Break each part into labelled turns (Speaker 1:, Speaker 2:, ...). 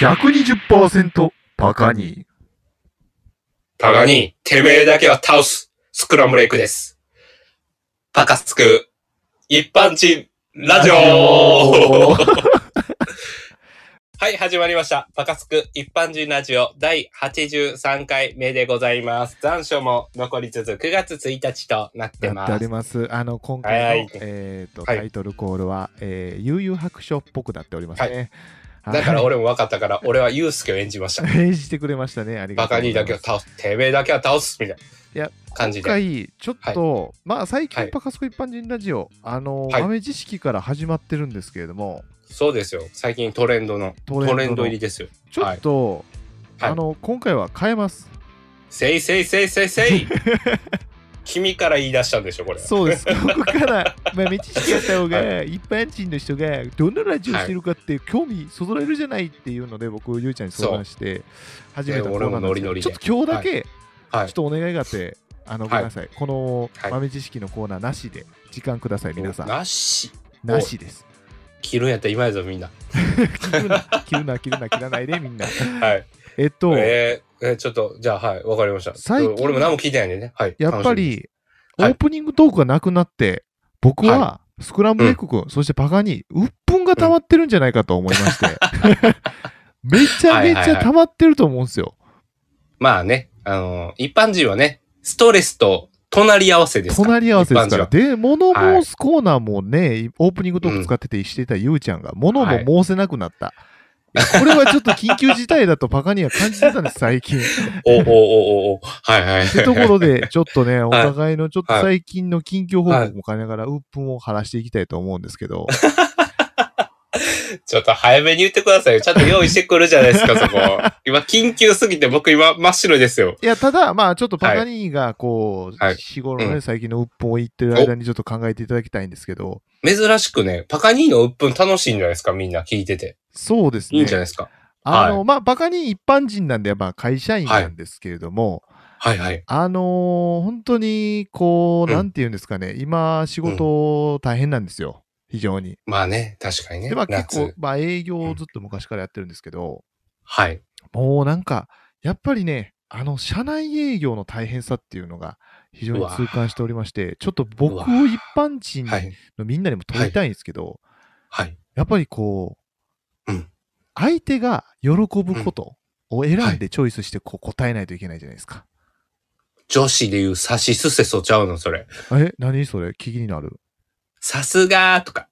Speaker 1: 120%パカニ
Speaker 2: パガニー、てめえだけは倒す。スクラムレイクです。パカスク、一般人、ラジ
Speaker 1: ラ
Speaker 2: オ
Speaker 1: ジ
Speaker 2: はい、始まりました。パカスク、一般人ラジオ、第83回目でございます。残暑も残りつつ、9月1日となって
Speaker 1: ー。なっ
Speaker 2: ま
Speaker 1: てお
Speaker 2: す。
Speaker 1: ります。あの、今回の、
Speaker 2: はい
Speaker 1: えーと、
Speaker 2: はい
Speaker 1: タイトルコールは、えー、悠々白書っぽくなっておりますね。はい
Speaker 2: だから俺も分かったから、俺はユウスケを演じました。
Speaker 1: 演じてくれましたね。ありがとう
Speaker 2: バカ
Speaker 1: ござ
Speaker 2: に
Speaker 1: いま
Speaker 2: だ
Speaker 1: す
Speaker 2: けは倒す。てめえだけは倒す。みたい
Speaker 1: いや
Speaker 2: な感じ
Speaker 1: 今
Speaker 2: で。
Speaker 1: 回、ちょっと、まあ、最
Speaker 2: は
Speaker 1: 近、
Speaker 2: い
Speaker 1: パカスコ一般人ラジオ、あの、
Speaker 2: はい
Speaker 1: 豆知識から始まってるんですけれども、
Speaker 2: そうですよ。最近トレンドの、
Speaker 1: ト
Speaker 2: トレン
Speaker 1: の
Speaker 2: ド入りですよ。
Speaker 1: ちょっと、
Speaker 2: はい
Speaker 1: あの、今回は変えます。
Speaker 2: せいせいせいせい せい君から言い出したんでしょ、これ。
Speaker 1: そう です。ここから豆知識やった方が、一般人の人がどんなラジオしてるかって興味そそられるじゃないっていうので、僕、ゆうちゃんに相談して始めたコーナーなんです
Speaker 2: で俺もノリ
Speaker 1: け
Speaker 2: ノ
Speaker 1: ど
Speaker 2: リ
Speaker 1: ち
Speaker 2: で
Speaker 1: ょっと今日だけ、
Speaker 2: はい
Speaker 1: ちょっとお願いがあって、あの、
Speaker 2: はい
Speaker 1: ごめんなさい。この
Speaker 2: はい
Speaker 1: 豆知識のコーナーなしで、時間ください、皆さん。
Speaker 2: なし。
Speaker 1: なしです。
Speaker 2: 着るんやったら今やぞ、みんな。
Speaker 1: 切るな、切るな、切るな、切らないで、みんな。
Speaker 2: はい。
Speaker 1: えっと、
Speaker 2: えー、えーちょっと、じゃあ、はい、わかりました。
Speaker 1: 最近
Speaker 2: 俺も何も聞いてないんでね。はい。
Speaker 1: やっぱ
Speaker 2: 楽しみです。
Speaker 1: り、オ
Speaker 2: はい
Speaker 1: ープニングトークがなくなって、僕は、スクランブルエッグ君、そしてパカに、うっぷんが溜まってるんじゃないかと思いま して、めちゃめちゃ溜まってると思うんですよ。
Speaker 2: まあね、あのー一般人はね、ストレスと隣り合わせですから。
Speaker 1: 隣り合わせですから。
Speaker 2: 一般
Speaker 1: で、物申すコーナーもね、オープニングトーク使っててしてたゆうちゃんが、物も申せなくなった。いやこれはちょっと緊急事態だとパカには感じてたんです、最 近。
Speaker 2: 人は。おおおおおはいはい。
Speaker 1: ってところで、ちょっとね、お
Speaker 2: い
Speaker 1: 互いのちょっと最近の近況報告も兼ねながら、うっぷんを晴らしていきたいと思うんですけど。
Speaker 2: ちょっと早めに言ってくださいよ。ちゃんと用意してくるじゃないですか、そこ。今、緊急すぎて、僕今、真っ白ですよ。
Speaker 1: いや、ただ、まあ、ちょっとパガニーが、こう、
Speaker 2: はい
Speaker 1: 日頃
Speaker 2: う
Speaker 1: ね、最近の鬱憤を言ってる間にちょっと考えていただきたいんですけど、
Speaker 2: 珍しくね、パカニーの鬱憤楽しいんじゃないですか、みんな聞いてて。
Speaker 1: そうです
Speaker 2: い
Speaker 1: ね。
Speaker 2: いんじゃないですか。
Speaker 1: あの、
Speaker 2: は
Speaker 1: まあ、パガニー一般人なんで、まあ、会社員
Speaker 2: はい
Speaker 1: なんですけれども、
Speaker 2: はいはい。
Speaker 1: あのー本当に、こう、
Speaker 2: うん
Speaker 1: なんて言うんですかね、今、仕事大変なんですよ。非常に。
Speaker 2: まあね、確かにね。
Speaker 1: で、まあ、結構
Speaker 2: 夏、。
Speaker 1: まあ、営業をずっと昔からやってるんですけど、
Speaker 2: はい。
Speaker 1: もうなんか、やっぱりね、あの、社内営業の大変さっていうのが、非常に痛感しておりまして、ちょっと僕
Speaker 2: う
Speaker 1: を
Speaker 2: わ
Speaker 1: 一般人に
Speaker 2: はい。
Speaker 1: のみんなにも問いたいんですけど、
Speaker 2: はい。
Speaker 1: やっぱりこう、
Speaker 2: うん
Speaker 1: 相手が喜ぶことを選
Speaker 2: は
Speaker 1: んで
Speaker 2: い
Speaker 1: チョイスしてこう答えないといけないじゃないですか。
Speaker 2: 女子で言うさしすせそちゃうの、それ。
Speaker 1: え、何それ気になる。
Speaker 2: さすがーとか。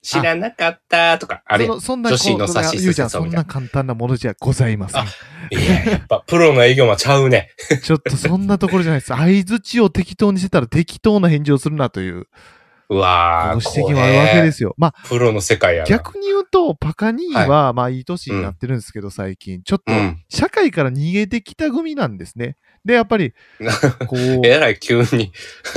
Speaker 2: 知らなかったーとか。あれ
Speaker 1: そ
Speaker 2: や。
Speaker 1: のそんな
Speaker 2: 女子の差し
Speaker 1: ゆうちゃん、
Speaker 2: 進
Speaker 1: そ
Speaker 2: む
Speaker 1: ん
Speaker 2: みた
Speaker 1: な
Speaker 2: い
Speaker 1: 簡単なものじゃございません
Speaker 2: あ。いや、やっぱ プロの営業マンちゃうね。
Speaker 1: ちょっとそんなところじゃな いです。相づちを適当にしてたら適当な返事をするなという
Speaker 2: う
Speaker 1: ご
Speaker 2: わー。。
Speaker 1: 指摘もあるわけですすよ。まあ
Speaker 2: プロの世界やな。
Speaker 1: 逆に言うと、パカニーは、まあいい年になってるんですけど、最近。ちょっと
Speaker 2: うん
Speaker 1: 社会から逃げてきた組なんですね。で、やっぱり、こう。
Speaker 2: えらい急に。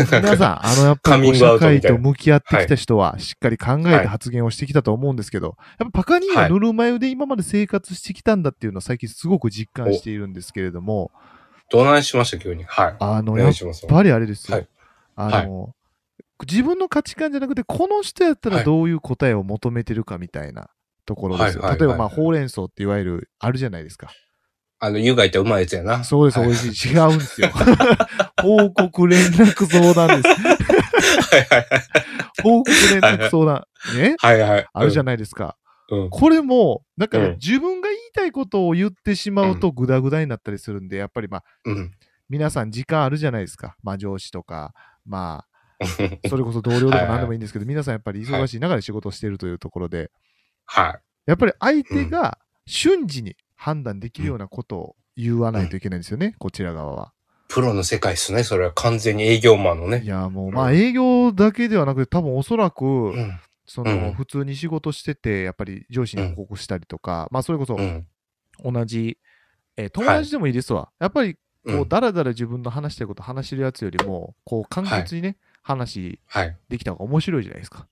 Speaker 1: 皆さん、あの、やっぱりこう
Speaker 2: カミングア
Speaker 1: 社会
Speaker 2: ウトみたいな
Speaker 1: と向き合ってきた人は、しっかり考えて発言をしてきたと思うんですけど、やっぱパカニーはぬるま湯で今まで生活してきたんだっていうのを最近すごく実感しているんですけれども、
Speaker 2: どないしました、急に。はい。
Speaker 1: あ
Speaker 2: お
Speaker 1: の、やっ
Speaker 2: 願いします。
Speaker 1: ぱりあれですよ。
Speaker 2: はい
Speaker 1: あの、自分の価値観じゃなくて、この人やったらどういう答えを求めてるかみたいなところですよ。
Speaker 2: はいはいはい
Speaker 1: 例えば、まあ、ほうれん草っていわゆる、あるじゃないですか。
Speaker 2: あの、湯がいてうまいやつやな。
Speaker 1: そうです、
Speaker 2: はい
Speaker 1: 美味しい。違うんです よ。報告、連絡、相談です。
Speaker 2: はい
Speaker 1: 報告、連絡、相談。ね
Speaker 2: はいはい。はいはい。
Speaker 1: あるじゃ
Speaker 2: ん。
Speaker 1: ないですか。
Speaker 2: うん。
Speaker 1: これも、だから
Speaker 2: うん
Speaker 1: 自分が言いたいことを言ってしまうとグダグダになったりするんで、やっぱりまあ、
Speaker 2: うん。
Speaker 1: 皆さん時間あるじゃないですか。まあ上司とか、ま あ、それこそ同僚でも何でもいいんですけど、皆さんやっぱり忙しい中で仕事をしているというところで、
Speaker 2: はい。
Speaker 1: やっぱり相手が瞬時に判断できるようなことを言わないといけないんですよね、こちら側は。
Speaker 2: プロの世界っすね。それは完全に営業マンの
Speaker 1: い
Speaker 2: ね。
Speaker 1: や、もうまあ営業だけではなくて、多分おそら
Speaker 2: う
Speaker 1: く、
Speaker 2: ん。
Speaker 1: そうの
Speaker 2: ん
Speaker 1: 普通に仕事してて、やっぱり上司に報告したりとか、まあそれこそ
Speaker 2: うん。
Speaker 1: 同じ、えー友
Speaker 2: はい
Speaker 1: 達でもいいですわ、やっぱり
Speaker 2: う
Speaker 1: こうんだらだら自分の話したいこと話してるやつよりもこう簡潔にね、話
Speaker 2: はい。
Speaker 1: できた方が面白いじゃないですか。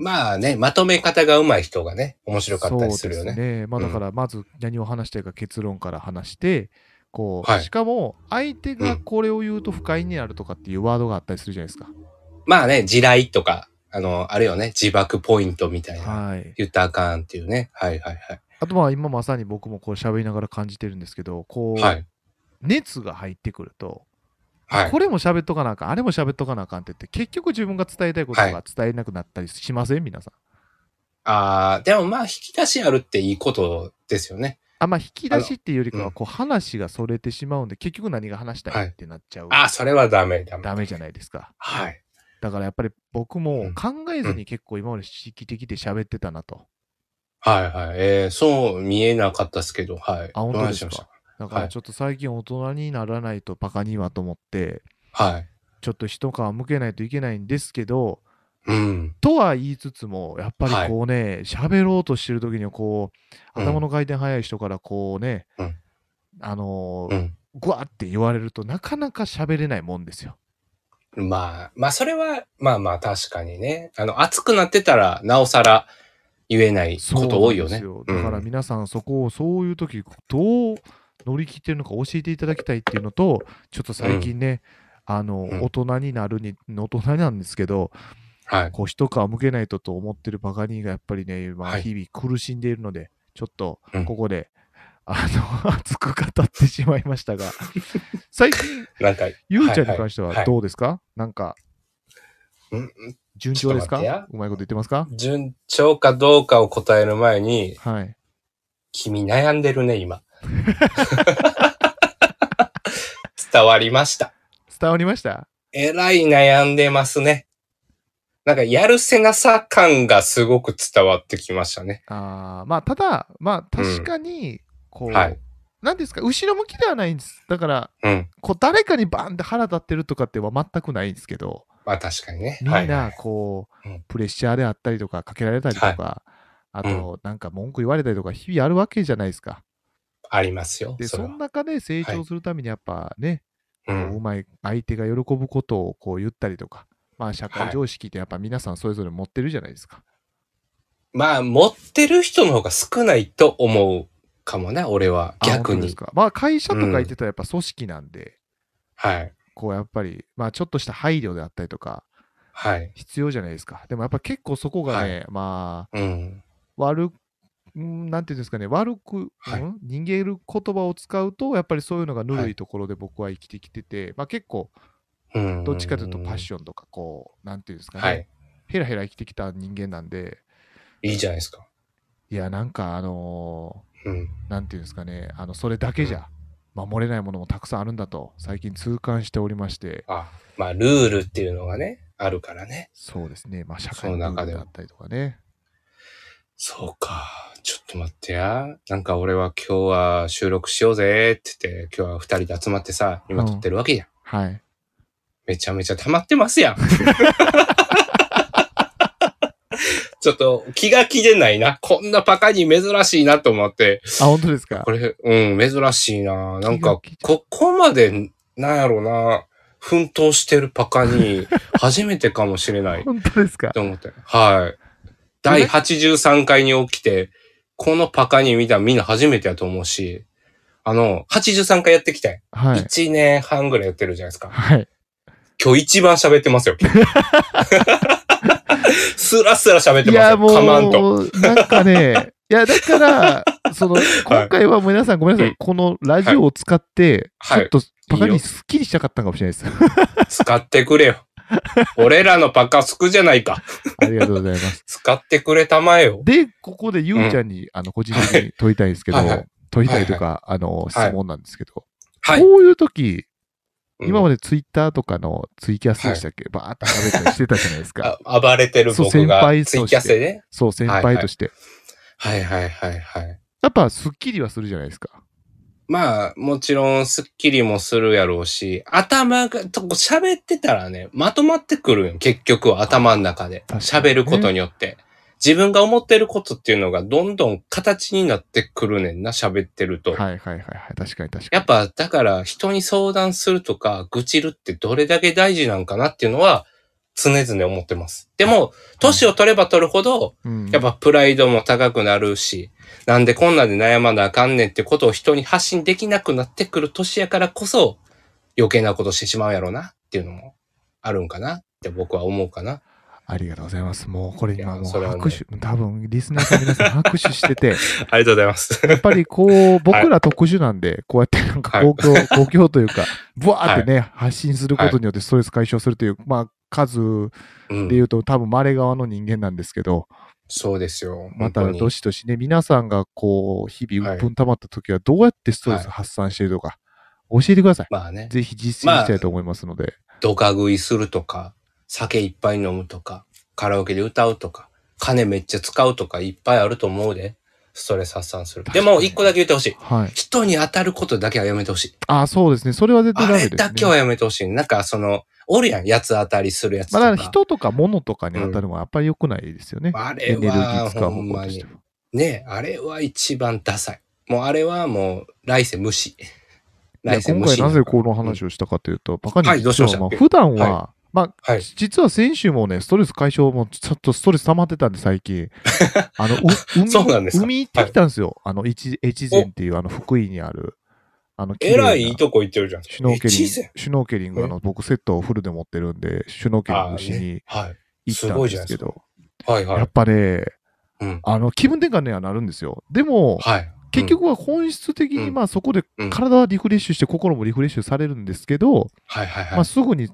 Speaker 2: まあね、まとめ方がうまい人がね、面白かったりするよ
Speaker 1: そう
Speaker 2: ね。
Speaker 1: ですね。まあ
Speaker 2: うん
Speaker 1: だからまず何を話したいか結論から話して、こう、
Speaker 2: はい
Speaker 1: しかも相手がこれを言うと不快になるとかっていうワードがあったりするじゃないですか。
Speaker 2: まあね、地雷とか、あの、あれよね、自爆ポイントみたいな。
Speaker 1: はい。
Speaker 2: 言ったらあかんっていうね。はいはいはい。
Speaker 1: あとまあ今まさに僕もこう喋りながら感じてるんですけど、こう、
Speaker 2: はい。
Speaker 1: 熱が入ってくると、
Speaker 2: はい。
Speaker 1: これも喋っとかなあかん、あれも喋っとかなあかんって言って、結局自分が伝えたいことが伝えなくなったりしません、皆さん。
Speaker 2: ああ、でもまあ、引き出しあるっていいことですよね。
Speaker 1: あんまあ、引き出しっていうよりか
Speaker 2: あのう
Speaker 1: は、
Speaker 2: ん
Speaker 1: こう話がそれてしまうんで、結局何が話した
Speaker 2: はいい
Speaker 1: ってなっちゃう。
Speaker 2: ああ、それはダメ、ダメ。
Speaker 1: ダメじゃないですか。
Speaker 2: はい。
Speaker 1: だからやっぱり僕も
Speaker 2: うん
Speaker 1: 考えずに結構今まで意識的で喋ってたなと。
Speaker 2: はいはい。えー、そう見えなかったですけど、はい。
Speaker 1: あ本当ですか
Speaker 2: どうなりました
Speaker 1: だから
Speaker 2: はい
Speaker 1: ちょっと最近大人にならないとバカにはと思って、
Speaker 2: はい。
Speaker 1: ちょっと一皮向けないといけないんですけど、
Speaker 2: うん。
Speaker 1: とは言いつつも、やっぱりこうね、喋、ろうとしてる時にこう、
Speaker 2: うん
Speaker 1: 頭の回転早い人からこうね、
Speaker 2: うん
Speaker 1: あの
Speaker 2: う
Speaker 1: ー、
Speaker 2: ん。
Speaker 1: ぐわって言われると、なかなか喋れないもんですよ。
Speaker 2: まあ、まあ、それは、まあまあ、確かにね。あの、熱くなってたら、なおさら言えないこと多いよ
Speaker 1: そうなん
Speaker 2: ね。
Speaker 1: ですよだから
Speaker 2: うん
Speaker 1: 皆さん、そこをそういう時どう乗り切ってるのか教えていただきたいっていうのと、ちょっと最近ね、あの、
Speaker 2: うん
Speaker 1: 大人になるに、大人なんですけど、
Speaker 2: はい。
Speaker 1: こう一皮向けないとと思ってるバカニーがやっぱりね、ま
Speaker 2: は
Speaker 1: あ、
Speaker 2: い
Speaker 1: 日々苦しんでいるので、ちょっと
Speaker 2: うん
Speaker 1: ここで、あの、 熱く語ってしまいました が、最近、
Speaker 2: なんか、
Speaker 1: ゆうちゃんに関して
Speaker 2: はい
Speaker 1: は
Speaker 2: はい
Speaker 1: どうですか、なんか、
Speaker 2: うん
Speaker 1: 順調です
Speaker 2: ちょっと待っ
Speaker 1: か
Speaker 2: て
Speaker 1: うまいこと言ってますか
Speaker 2: 順調かどうかを答える前に、
Speaker 1: はい。
Speaker 2: 君悩んでるね、今。伝わりました。
Speaker 1: 伝わりました
Speaker 2: えらい悩んでますね。なんか、やるせなさ感がすごく伝わってきましたね。
Speaker 1: あーまあただまあ確かにこう、
Speaker 2: はい。
Speaker 1: なんですか後ろ向きではないんですだから
Speaker 2: うん。
Speaker 1: こう誰かにバンって腹立ってるとかっては全くないんですけど
Speaker 2: まあ、確かにね。
Speaker 1: み
Speaker 2: は
Speaker 1: ん
Speaker 2: いは。
Speaker 1: ないこう、
Speaker 2: うん
Speaker 1: プレッシャーであったりとかかけられたりとか、あとなんか文句言われたりとか日々あるわけじゃないですか
Speaker 2: ありますよ。
Speaker 1: でそ
Speaker 2: それ
Speaker 1: の
Speaker 2: は。
Speaker 1: 中で成長するためにやっぱね、
Speaker 2: う。
Speaker 1: こうんうまい相手が喜ぶことをこう言ったりとかまあ社会常識ってやっぱ皆さんそれぞれ持ってるじゃないですか、
Speaker 2: まあ、持ってる人の方が少ないと思うかもね、俺は。
Speaker 1: あ
Speaker 2: 逆
Speaker 1: 本当で
Speaker 2: に
Speaker 1: す。かまあ会社とか言ってたらやっぱ組織なんで、
Speaker 2: はい。
Speaker 1: こうやっぱり、まあ、ちょっとした配慮であったりとか
Speaker 2: はい。
Speaker 1: 必要じゃないですか。でもやっぱ結構そこがね、まあ
Speaker 2: うん。
Speaker 1: 悪うんなんていうんですかね悪く、
Speaker 2: はい
Speaker 1: うん人間る言葉を使うとやっぱりそういうのがぬるいところで僕は生きてきてて、まあ、結構
Speaker 2: うん。
Speaker 1: どっちかというとパッションとかこうなんていうんですかね、
Speaker 2: はい。
Speaker 1: ヘラヘラ生きてきた人間なんで
Speaker 2: いいじゃないですか。
Speaker 1: いやなんかあの
Speaker 2: うん。
Speaker 1: ーなんていうんですかねあのそれだけじゃ守れないものもたくさんあるんだと最近痛感しておりまして
Speaker 2: あ、まあ、ルールっていうのがね、あるからね。
Speaker 1: そうですね、まあ、社
Speaker 2: そ
Speaker 1: 会
Speaker 2: の
Speaker 1: の中
Speaker 2: 中で
Speaker 1: で
Speaker 2: も
Speaker 1: あったりとかね。
Speaker 2: そうか。ちょっと待ってや。なんか俺は今日は収録しようぜって言って、今日は二人で集まってさ、今撮ってるわけじゃん。
Speaker 1: はい
Speaker 2: めちゃめちゃ溜まってま すやん。ちょっと気が気でないな。こんなパカに珍しいなと思って。
Speaker 1: あ、本当ですか
Speaker 2: こ。れ、うん、珍しいな。なんか
Speaker 1: 気が気、
Speaker 2: ここまで、なんやろうな。奮闘してるパカに、 初めてかもしれない。
Speaker 1: 本当ですか
Speaker 2: と。思って。はい。第83回に起きて、このパカに見たらみんな初めてやと思うし、あの、83回やってきたん
Speaker 1: はい。
Speaker 2: 1年半ぐらいやってるじゃないですか。
Speaker 1: はい。
Speaker 2: 今日一番喋ってますよ。 スラスラ喋ってますよ。かまんと。
Speaker 1: う、なんかね、いや、だ から、その、今回は皆さんごめんなさ
Speaker 2: うん
Speaker 1: い、このラジオを使って、ち
Speaker 2: は
Speaker 1: ょっ
Speaker 2: い
Speaker 1: と、バカ
Speaker 2: いいよ
Speaker 1: にスッキリしたかったのかもしれないです。
Speaker 2: 使ってくれよ。俺らのパカ好くじゃないか。
Speaker 1: ありがとうござい ます。
Speaker 2: 使ってくれたまえよ。
Speaker 1: で、ここでゆうちゃんに、あの、個人的に問いたいんですけど
Speaker 2: はいはい、
Speaker 1: 問いたいとか、あの、質問なんですけど、
Speaker 2: はい。
Speaker 1: こういう時、今ま
Speaker 2: で、
Speaker 1: でツイッターとかのツイキャスでしたっけバーって喋ったりしてたじゃないですか。
Speaker 2: あ暴れてる僕
Speaker 1: そう先
Speaker 2: が
Speaker 1: 輩とし
Speaker 2: ツ
Speaker 1: て
Speaker 2: イキャスでね。
Speaker 1: そう、先輩として。
Speaker 2: はいはいはいはい。
Speaker 1: やっぱ、スッキリはするじゃないですか。
Speaker 2: まあ、もちろん、スッキリもするやろうし、頭が、とこう喋ってたらね、まとまってくるよ。結局は、頭の中で。
Speaker 1: 確かにね
Speaker 2: 喋ることによって。自分が思ってることっていうのが、どんどん形になってくるねんな、喋ってると。
Speaker 1: はいはいはいはい。確かに確か
Speaker 2: や
Speaker 1: に
Speaker 2: っ。ぱ、だから、人に相談するとか、愚痴るってどれだけ大事なんかなっていうのは、常々思ってます。でも、年を取れば取るほど、
Speaker 1: うん
Speaker 2: やっぱプライドも高くなるし、なんでこんなんで悩まなあかんねんってことを人に発信できなくなってくる年やからこそ、余計なことしてしまうやろうなっていうのもあるんかなって僕は思うかな。
Speaker 1: ありがとうございます。もうこれ今
Speaker 2: いや
Speaker 1: もう
Speaker 2: それはね
Speaker 1: 拍手、多分リスナーさん皆さん拍手して て、
Speaker 2: ありがとうございます。
Speaker 1: やっぱりこう、僕ら特殊なんで、こうやってなんか
Speaker 2: はい
Speaker 1: 公 共、公共というか、ブワーってね、発信することによってストレス解消するという、まあ、数
Speaker 2: う
Speaker 1: で
Speaker 2: ん、
Speaker 1: 言うと多分まれ側の人間なんですけど、
Speaker 2: そうですよ。
Speaker 1: ま
Speaker 2: 本
Speaker 1: た
Speaker 2: 当に
Speaker 1: どしどしね、皆さんがこう、日々
Speaker 2: は
Speaker 1: うっ
Speaker 2: い
Speaker 1: ぷん溜まった時はどうやってストレス発散してるとか、教えてください。
Speaker 2: まあね、
Speaker 1: ぜひ実践したいと思いますので。
Speaker 2: ドカ食いするとか、酒いっぱい飲むとか、カラオケで歌うとか、金めっちゃ使うとかいっぱいあると思うで、ストレス発散する。で
Speaker 1: 確かに
Speaker 2: も、一個だけ言ってほしい。
Speaker 1: はい。
Speaker 2: 人に当たることだけはやめてほしい。
Speaker 1: あ、そうですね。それは絶対
Speaker 2: あ
Speaker 1: ダメ
Speaker 2: れ
Speaker 1: です、
Speaker 2: だ
Speaker 1: ね。
Speaker 2: けはやめてほしい。なんか、その、おるやん、八つ当たりするやつと
Speaker 1: まあ、
Speaker 2: か。
Speaker 1: だから人とか物とかに当たるのはやっぱり良くないですよね。
Speaker 2: あれ
Speaker 1: エネルギー
Speaker 2: は、
Speaker 1: 使う
Speaker 2: ほ
Speaker 1: 方
Speaker 2: ん
Speaker 1: 向
Speaker 2: ま
Speaker 1: として
Speaker 2: に
Speaker 1: は。。
Speaker 2: ねあれは一番ダサい。もう、あれはもう、来世無視。
Speaker 1: いや
Speaker 2: 来世
Speaker 1: 今
Speaker 2: 無
Speaker 1: 回
Speaker 2: 視。
Speaker 1: なぜこの話をしたかというと、バカに
Speaker 2: はいどうし
Speaker 1: 実
Speaker 2: ました
Speaker 1: はまあ普段は、まあ、
Speaker 2: はい。
Speaker 1: 実は先週もね、ストレス解消もちょっとストレス溜まってたんで、最 近。あの、う海
Speaker 2: そうなんですか
Speaker 1: 海行ってきたんですよ。あの、越越前っていう、あの、福井にある、あの、
Speaker 2: えらい
Speaker 1: 綺
Speaker 2: い
Speaker 1: 麗
Speaker 2: い
Speaker 1: な
Speaker 2: とこ行ってるじゃん。
Speaker 1: シュノーケリング、
Speaker 2: 越前
Speaker 1: シュノーケリング、あの、僕セットをフルで持ってるんで、シュノーケリングしに
Speaker 2: はい。
Speaker 1: 行ったんですけど、
Speaker 2: はいは
Speaker 1: やっ
Speaker 2: い。
Speaker 1: ぱね、
Speaker 2: うん。
Speaker 1: あの、気分転換にはなるんですよ。でも、
Speaker 2: はい。
Speaker 1: 結局は本質的に、
Speaker 2: うん
Speaker 1: まあそこで
Speaker 2: うん
Speaker 1: 体はリフレッシュして心もリフレッシュされるんですけど、
Speaker 2: はいはいはい。
Speaker 1: まあすぐに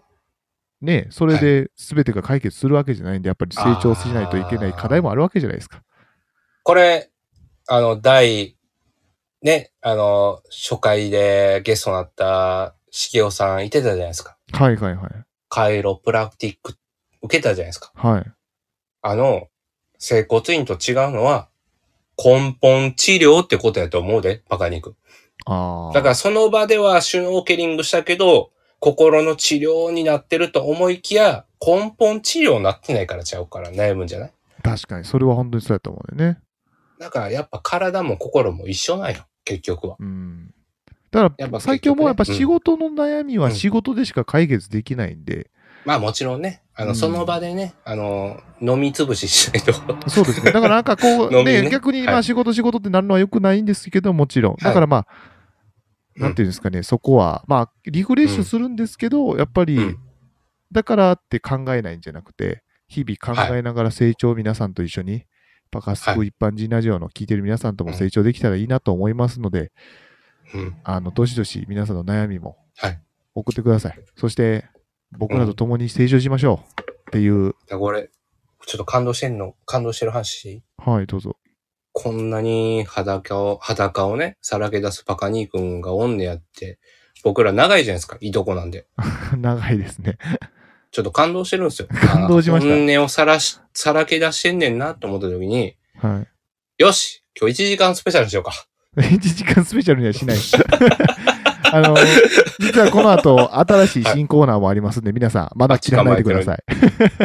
Speaker 1: ね、それで全てが解決するわけじゃないんで、やっぱり成長しないといけない課題もあるわけじゃないですか。
Speaker 2: これ、あの、第、ね、あの、初回でゲストになった四季夫さん言ってたじゃないですか。
Speaker 1: はいはいはい。
Speaker 2: カイロプラクティック受けたじゃないですか。
Speaker 1: はい。
Speaker 2: あの、整骨院と違うのは、根本治療ってことやと思うで、バカ肉。
Speaker 1: ああ。
Speaker 2: だからその場ではシュノーケリングしたけど、心の治療になってると思いきや、根本治療になってないからちゃうから悩むんじゃない
Speaker 1: 確かに、それは本当にそうやと思うんだよね。
Speaker 2: だからやっぱ体も心も一緒なんよ、結局は。
Speaker 1: うん。だか
Speaker 2: やっぱ
Speaker 1: ら、最近もやっぱ
Speaker 2: 結局
Speaker 1: 仕
Speaker 2: ね
Speaker 1: 事の悩みは
Speaker 2: うん
Speaker 1: 仕事でしか解決できないんで、
Speaker 2: まあもちろんね、あ
Speaker 1: う
Speaker 2: の、
Speaker 1: ん
Speaker 2: その場でね、あの、飲みつぶししないと。
Speaker 1: そうですね。だからなんかこう、
Speaker 2: 飲み
Speaker 1: ね
Speaker 2: ね
Speaker 1: 逆に
Speaker 2: はい
Speaker 1: まあ仕事仕事ってなるのは良くないんですけど、もちろん。
Speaker 2: い
Speaker 1: だからまあ、
Speaker 2: うん
Speaker 1: なんていうんですかね、そこは、まあ、リフレッシュするんですけど、やっぱり、
Speaker 2: うん
Speaker 1: だからって考えないんじゃなくて、日々考えながら成長を皆さんと一緒に、パカスク一般人ラジオの聞いてる皆さんとも成長できたらいいなと思いますので、
Speaker 2: うん。
Speaker 1: あの、どしどし皆さんの悩みも
Speaker 2: はい
Speaker 1: 送ってください。そして、僕らと共に成長しましょうっていう、
Speaker 2: だからこれ、ちょっと感動してんの、感動してる話していい
Speaker 1: はい、どうぞ。
Speaker 2: こんなに裸を、裸をね、さらけ出すパカニー君がおんねやって、僕ら長いじゃないですか、いとこなんで。
Speaker 1: 長いですね。
Speaker 2: ちょっと感動してるんですよ。
Speaker 1: 感動しました
Speaker 2: あー本音をさらし、さらけ出してんねんなと思った時に、
Speaker 1: はい。
Speaker 2: よし今日1時間スペシャルにしようか。
Speaker 1: 1時間スペシャルにはしないです。あの、実はこの後、新しい新コーナーもありますんで、皆さん、まだ切らないでください。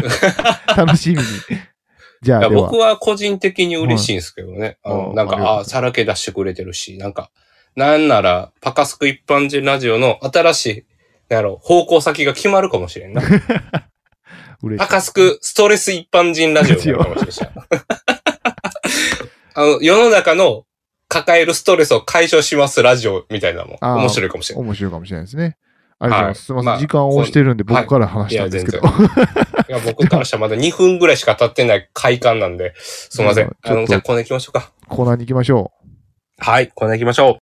Speaker 1: 楽しみに。じゃ
Speaker 2: いや
Speaker 1: あ、では
Speaker 2: 僕、は個人的に嬉しいんですけどね。
Speaker 1: はい
Speaker 2: あ
Speaker 1: う
Speaker 2: の
Speaker 1: ん
Speaker 2: なん
Speaker 1: ありがとう
Speaker 2: か、あさらけ出してくれてるし、なんか、なんなら、パカスク一般人ラジオの新しい、なんやろ、方向先が決まるかもし れんな。
Speaker 1: 嬉
Speaker 2: パ
Speaker 1: しい。
Speaker 2: カスクストレス一般人ラジオになるかもしれんし。 あの、世の中の抱えるストレスを解消しますラジオみたいなのも
Speaker 1: あー
Speaker 2: 面白いかもしれん。
Speaker 1: 面白いかもしれないですね。ありがとうございます。すいません、
Speaker 2: まあ
Speaker 1: 時間を押してるんで、
Speaker 2: こん
Speaker 1: 僕から話したんですけど。
Speaker 2: いや、僕からしたらまだ2分ぐらいしか経ってない快感なんで、すいません。あ
Speaker 1: ちょっ
Speaker 2: の、
Speaker 1: と
Speaker 2: じゃあこんな行きましょうか。
Speaker 1: コーナーに行きましょ
Speaker 2: はい、こんな行きましょう。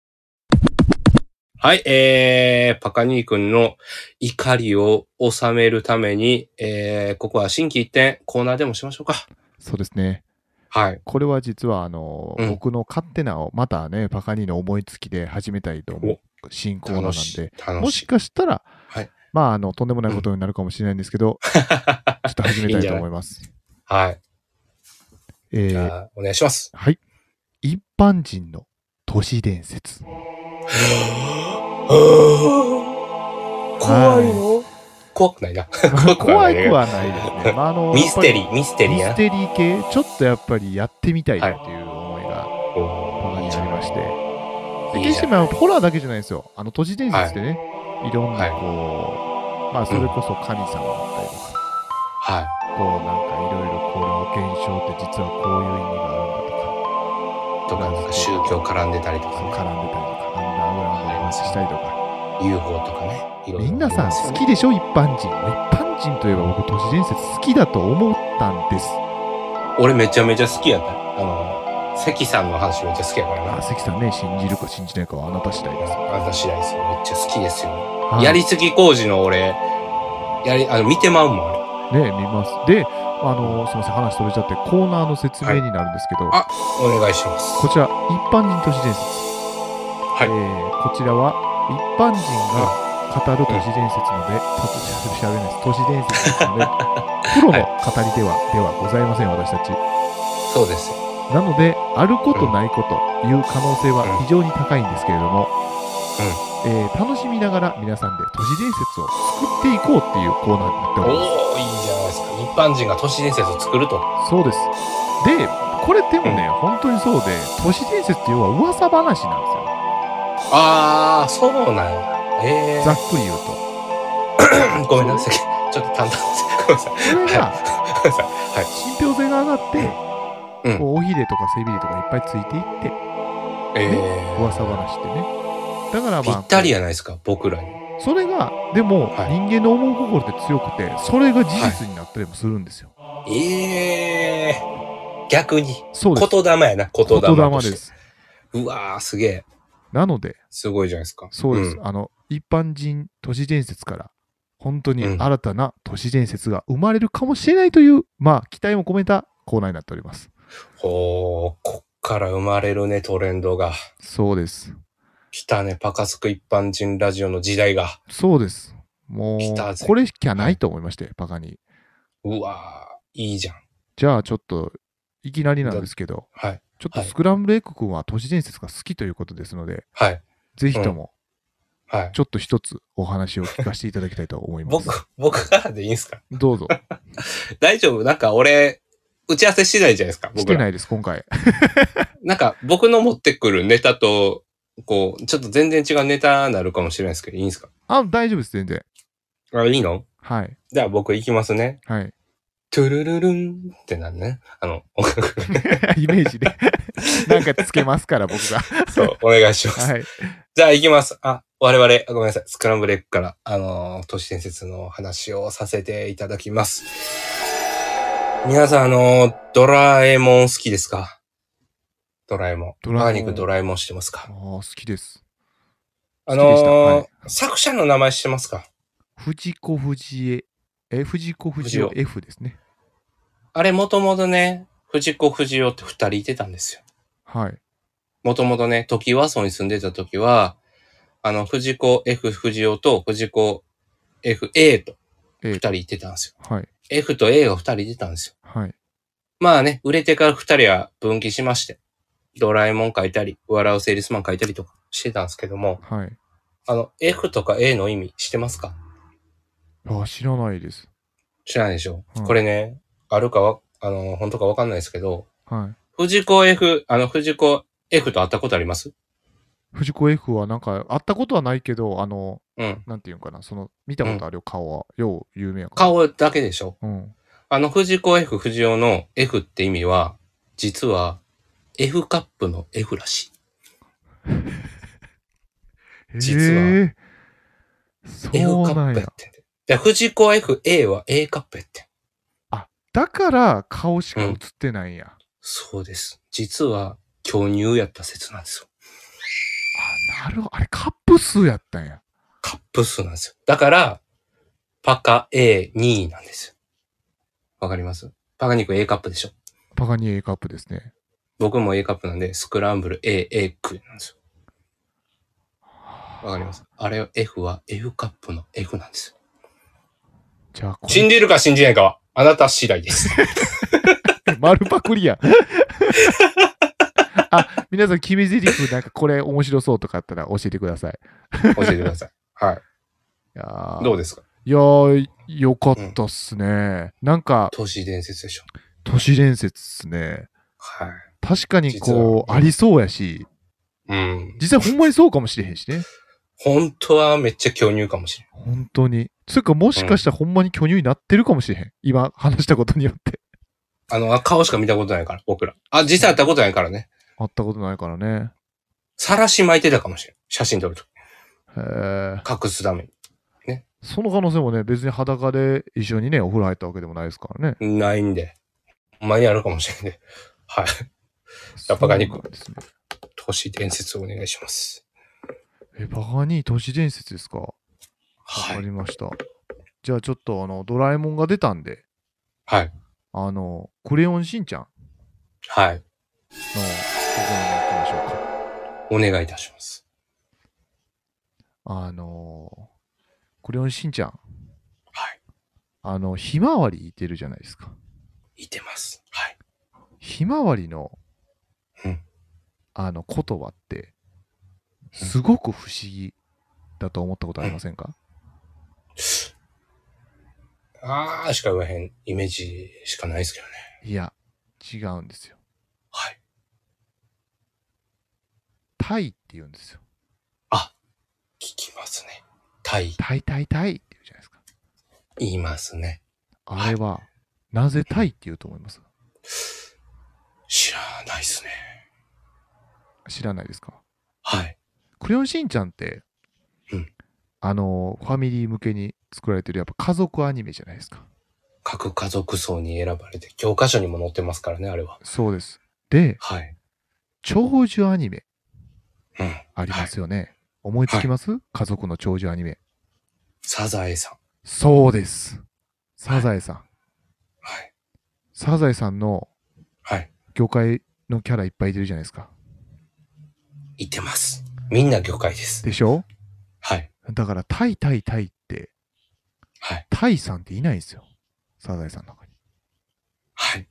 Speaker 2: はい、えー、パカニー君の怒りを収めるために、えー、ここは新規一点コーナーでもしましょうか。
Speaker 1: う。そうですね。
Speaker 2: はい。
Speaker 1: これは実は、あの、
Speaker 2: うん
Speaker 1: 僕の勝手なを、またね、パカニの思いつきで始めたいと思う新コーナー
Speaker 2: 楽
Speaker 1: なん
Speaker 2: し
Speaker 1: で
Speaker 2: い。。楽
Speaker 1: も
Speaker 2: し
Speaker 1: し
Speaker 2: い。
Speaker 1: かしたら、
Speaker 2: はい
Speaker 1: まあ、あの、とんでもないことになるかもしれないんですけど、ちょっと始めたいと思います。
Speaker 2: はい。
Speaker 1: え
Speaker 2: じ
Speaker 1: ー
Speaker 2: ゃあ、お願いします。
Speaker 1: はい。一般人の都市伝説。
Speaker 2: 怖いよ。怖くないな。怖くは
Speaker 1: 怖
Speaker 2: ない
Speaker 1: い
Speaker 2: ね
Speaker 1: くはないですね。まあ、あの
Speaker 2: ミステリ
Speaker 1: やっ
Speaker 2: ー、ミス
Speaker 1: ぱ
Speaker 2: テ
Speaker 1: り
Speaker 2: リ
Speaker 1: ミ
Speaker 2: ー
Speaker 1: ス
Speaker 2: な。
Speaker 1: テリー系、ちょっとやっぱりやってみたいなっていう思いが、僕にありまして。で
Speaker 2: いい
Speaker 1: 決して
Speaker 2: じゃん
Speaker 1: まあホラーだけじゃないんですよ。あの、都市伝説ってね、い、ろんな
Speaker 2: はい
Speaker 1: こう、まあ、それこそ神様だったりとか、
Speaker 2: はい。
Speaker 1: こう、なんかいろいろこの現象って実はこういう意味があるんだとか、
Speaker 2: とか、なんか宗教絡んでたりと
Speaker 1: そう絡んで
Speaker 2: か
Speaker 1: たりとか、アンダーグラウンドの話したりとか。
Speaker 2: ね、UFO とかね。いろいろ
Speaker 1: みんなさ、
Speaker 2: ありますよ
Speaker 1: 好
Speaker 2: ね
Speaker 1: きでしょ一般人。一般人といえば僕、都市伝説好きだと思ったんです。
Speaker 2: 俺めちゃめちゃ好きやった。あの、関さんの話めっちゃ好きやから
Speaker 1: まあ、
Speaker 2: な。
Speaker 1: 関さんね、信じるか信じないかはあなた次第です。
Speaker 2: あなた次第ですよ。めっちゃ好きですよ。
Speaker 1: はい
Speaker 2: やりすぎ工事の俺、やり、あの、見てまうもん、あ
Speaker 1: ね、
Speaker 2: れ。
Speaker 1: 見ます。で、あの、すみません、話それちゃって、コーナーの説明になるんですけど、
Speaker 2: いあお願いします。
Speaker 1: こちら、一般人都市伝説。え
Speaker 2: はい
Speaker 1: ーこちらは、一般人が語る都市伝説ので、と調べないです。都市伝説です ので、プロの語りでは、ではございません、私たち。
Speaker 2: そうです
Speaker 1: な
Speaker 2: よ。
Speaker 1: ので、あることないこという可能性は非常に高いんですけれども、えー楽しみながら皆さんで都市伝説を作っていこうっていうコーナーになって
Speaker 2: お
Speaker 1: おります。
Speaker 2: ー、いいじゃないですか。一般人が都市伝説を作ると。
Speaker 1: そうです。で、これでもね、本当にそうで、都市伝説って要は噂話なんですよ。
Speaker 2: あー、そうなんや。え
Speaker 1: ざっくり言うと。
Speaker 2: ー、ごめんなさい。ちょっと淡々です。ごめんなさい。
Speaker 1: それが、
Speaker 2: ごめんなさい。はい。
Speaker 1: 信憑性が上がって、
Speaker 2: うん
Speaker 1: こう尾ひれとか背びれとかいっぱいついていって、
Speaker 2: えー、
Speaker 1: 噂話ってね。だから
Speaker 2: ぴ
Speaker 1: まあ
Speaker 2: っ、たりやないですか、僕らに。
Speaker 1: それが、でも、
Speaker 2: はい
Speaker 1: 人間の思う心って強くて、それが事実になったりもするんですよ。
Speaker 2: ええー、逆に。
Speaker 1: そうです。
Speaker 2: 言霊やな、言霊
Speaker 1: 言霊
Speaker 2: と
Speaker 1: で
Speaker 2: して。
Speaker 1: す。
Speaker 2: うわー、すげえ。
Speaker 1: なので、
Speaker 2: すごいじゃないですか。
Speaker 1: そうです。
Speaker 2: ん
Speaker 1: あの、一般人都市伝説から、本当に
Speaker 2: うん
Speaker 1: 新たな都市伝説が生まれるかもしれないという、まあ、期待も込めたコーナーになっております。
Speaker 2: ほー、こっから生まれるね、トレンドが。
Speaker 1: そうです。
Speaker 2: 来たね、パカスク一般人ラジオの時代が。
Speaker 1: そうです。も
Speaker 2: 来た
Speaker 1: う、
Speaker 2: ぜ
Speaker 1: これしかないと思いまして、バカに。
Speaker 2: うわー、いいじゃん。
Speaker 1: じゃあ、ちょっと、いきなりなんですけど、
Speaker 2: はい。
Speaker 1: ちょっと
Speaker 2: はい
Speaker 1: スクランブルエッグ君は都市伝説が好きということですので、
Speaker 2: はい。
Speaker 1: ぜひとも、
Speaker 2: はい。
Speaker 1: ちょっと一つお話を聞かせていただきたいと思います。
Speaker 2: 僕、僕からでいいんですか
Speaker 1: どうぞ。
Speaker 2: 大丈夫なんか俺、打ち合わせしてないじゃないですか、
Speaker 1: し
Speaker 2: 僕
Speaker 1: て
Speaker 2: ら。
Speaker 1: ないです、今回。
Speaker 2: なんか、僕の持ってくるネタと、こう、ちょっと全然違うネタになるかもしれないですけど、いいんですか
Speaker 1: あ、大丈夫です、全然。
Speaker 2: あ、いいの
Speaker 1: はい。
Speaker 2: じゃあ僕行きますね。
Speaker 1: はい。
Speaker 2: トゥルルルンってなんね。あの、音楽。
Speaker 1: イメージで。なんかつけますから、僕 が。
Speaker 2: そう、お願いします。
Speaker 1: はい。
Speaker 2: じゃあ行きます。あ、我々、あごめんなさい。スクランブルエッグから、あのー、都市伝説の話をさせていただきます。皆さん、あのー、ドラえもん好きですかドラえもん。
Speaker 1: ドラえもん
Speaker 2: パーニックドラえもんしてます
Speaker 1: ああ
Speaker 2: か
Speaker 1: 好きです。
Speaker 2: あ
Speaker 1: 好き
Speaker 2: の
Speaker 1: でしたは
Speaker 2: ー
Speaker 1: い、
Speaker 2: 作者の名前してますか
Speaker 1: 藤子不二雄。え、藤子不二雄
Speaker 2: 不二
Speaker 1: F ですね。
Speaker 2: あれ、もともとね、藤子不二雄って二人いてたんですよ。
Speaker 1: はい。
Speaker 2: もともとね、時は荘に住んでた時は、あの、藤子 F 不二雄と藤子 FA と
Speaker 1: A
Speaker 2: 二人行ってたんですよ。
Speaker 1: はい。
Speaker 2: F と A が二人出たんですよ。
Speaker 1: はい。
Speaker 2: まあね、売れてから二人は分岐しまして、ドラえもん書いたり、笑うセールスマン書いたりとかしてたんですけども、
Speaker 1: はい。
Speaker 2: あの、F とか A の意味してますか
Speaker 1: あ、知らないです。
Speaker 2: 知らないでしょ、
Speaker 1: うん
Speaker 2: これね、あるかわ、あの、本当かわかんないですけど、
Speaker 1: はい。
Speaker 2: 藤子 F、あの、藤子 F と会ったことあります
Speaker 1: 藤子 F はなんか、会ったことはないけど、あの、
Speaker 2: うん。
Speaker 1: なんていうんかな、その、見たことあるよ、顔は。よう、有名やから。
Speaker 2: 顔だけでしょ
Speaker 1: うん。
Speaker 2: あの、藤子 F 不二雄の F って意味は、実は F カップの F らし実は
Speaker 1: へえ
Speaker 2: い。F
Speaker 1: そ
Speaker 2: カ
Speaker 1: うな
Speaker 2: ッ
Speaker 1: ん
Speaker 2: プや
Speaker 1: や
Speaker 2: っ。てんで。で藤子 FA は A カップやってん。
Speaker 1: だから、顔しか映ってないんや。
Speaker 2: そうです。実は巨乳やった説なんですよ。
Speaker 1: あ、なるほど。あれ、カップ数やったんや。
Speaker 2: カップ数なんですよ。だから、パカ A2 なんですよ。わかりますパカ肉 A カップでしょ。
Speaker 1: パガニ A カップですね。
Speaker 2: 僕も A カップなんで、スクランブル A、A クなんですよ。わかりますあれは F は F カップの F なんですよ。
Speaker 1: じゃあこれ
Speaker 2: 信じるか信じないかは、あなた次第です。
Speaker 1: 丸パクリやん。 あ、皆さん、決め台詞、なんかこれ面白そうとかあったら教えてください。
Speaker 2: 教えてください。はい
Speaker 1: や
Speaker 2: い。
Speaker 1: ー
Speaker 2: どうですか
Speaker 1: いやーよかったっすね。なんか、
Speaker 2: 都市伝説でしょ。
Speaker 1: 都市伝説っすね。
Speaker 2: はい。
Speaker 1: 確かにこ
Speaker 2: 実
Speaker 1: う、
Speaker 2: は
Speaker 1: ありそうやし、
Speaker 2: うん。
Speaker 1: 実際ほんまにそうかもしれへんしね。
Speaker 2: 本当はめっちゃ巨乳かもしれ
Speaker 1: 本当に。つうか、もしかしたらほんまに巨乳になってるかもしれへん。今、話したことによって。
Speaker 2: ない。あの、あ顔しか見たことないから、僕ら。あ、実際会ったことないからね。
Speaker 1: 会ったことないからね。
Speaker 2: 晒し巻いてたかもしれん。写真撮ると。
Speaker 1: へー
Speaker 2: 隠すために。ね。
Speaker 1: その可能性もね、別に裸で一緒にね、お風呂入ったわけでもないですからね。
Speaker 2: ないんで。ほんまにあるかもしれないんで。はい。やっぱガニック
Speaker 1: そうなんですね。
Speaker 2: 都市伝説をお願いします。
Speaker 1: え、バカに都市伝説ですかわ
Speaker 2: は
Speaker 1: か
Speaker 2: い。
Speaker 1: りました。じゃあちょっとあの、ドラえもんが出たんで、
Speaker 2: はい。
Speaker 1: あの、クレヨンしんちゃんのと
Speaker 2: はい。
Speaker 1: ころに行きましょうか。
Speaker 2: お願いいたします。
Speaker 1: あのークレヨンしんちゃん。
Speaker 2: はい。
Speaker 1: あの、ひまわりいてるじゃないですか。
Speaker 2: いてます。はい。
Speaker 1: ひまわりの、
Speaker 2: うん
Speaker 1: あの、言葉って、すごく不思議だと思ったことありませんか、
Speaker 2: あーしか言わへんイメージしかないですけどね。
Speaker 1: いや、違うんですよ。
Speaker 2: はい。
Speaker 1: タイって言うんですよ。
Speaker 2: 聞きますね。タイ、
Speaker 1: タイタイタイって言うじゃないですか。
Speaker 2: 言いますね。
Speaker 1: あれは、なぜタイって言うと思います
Speaker 2: 知らないですね。
Speaker 1: 知らないですか
Speaker 2: はい。
Speaker 1: クレヨンしんちゃんって、
Speaker 2: うん
Speaker 1: あのーファミリー向けに作られてるやっぱ家族アニメじゃないですか。
Speaker 2: 各家族層に選ばれて、教科書にも載ってますからね、あれは。
Speaker 1: そうです。で、
Speaker 2: はい。
Speaker 1: 長寿アニメ
Speaker 2: うん。
Speaker 1: ありますよね。思いつきます、家族の長寿アニメ。
Speaker 2: サザエさん。
Speaker 1: そうです。サザエさん。
Speaker 2: はい。
Speaker 1: サザエさんの
Speaker 2: はい。
Speaker 1: 魚介のキャラいっぱいいてるじゃないですか。
Speaker 2: いてます。みんな魚介です。
Speaker 1: でしょ
Speaker 2: はい。
Speaker 1: だから、タイタイタイって、
Speaker 2: はい。
Speaker 1: タイさんっていないんですよ。サザエさんの中に。
Speaker 2: はい。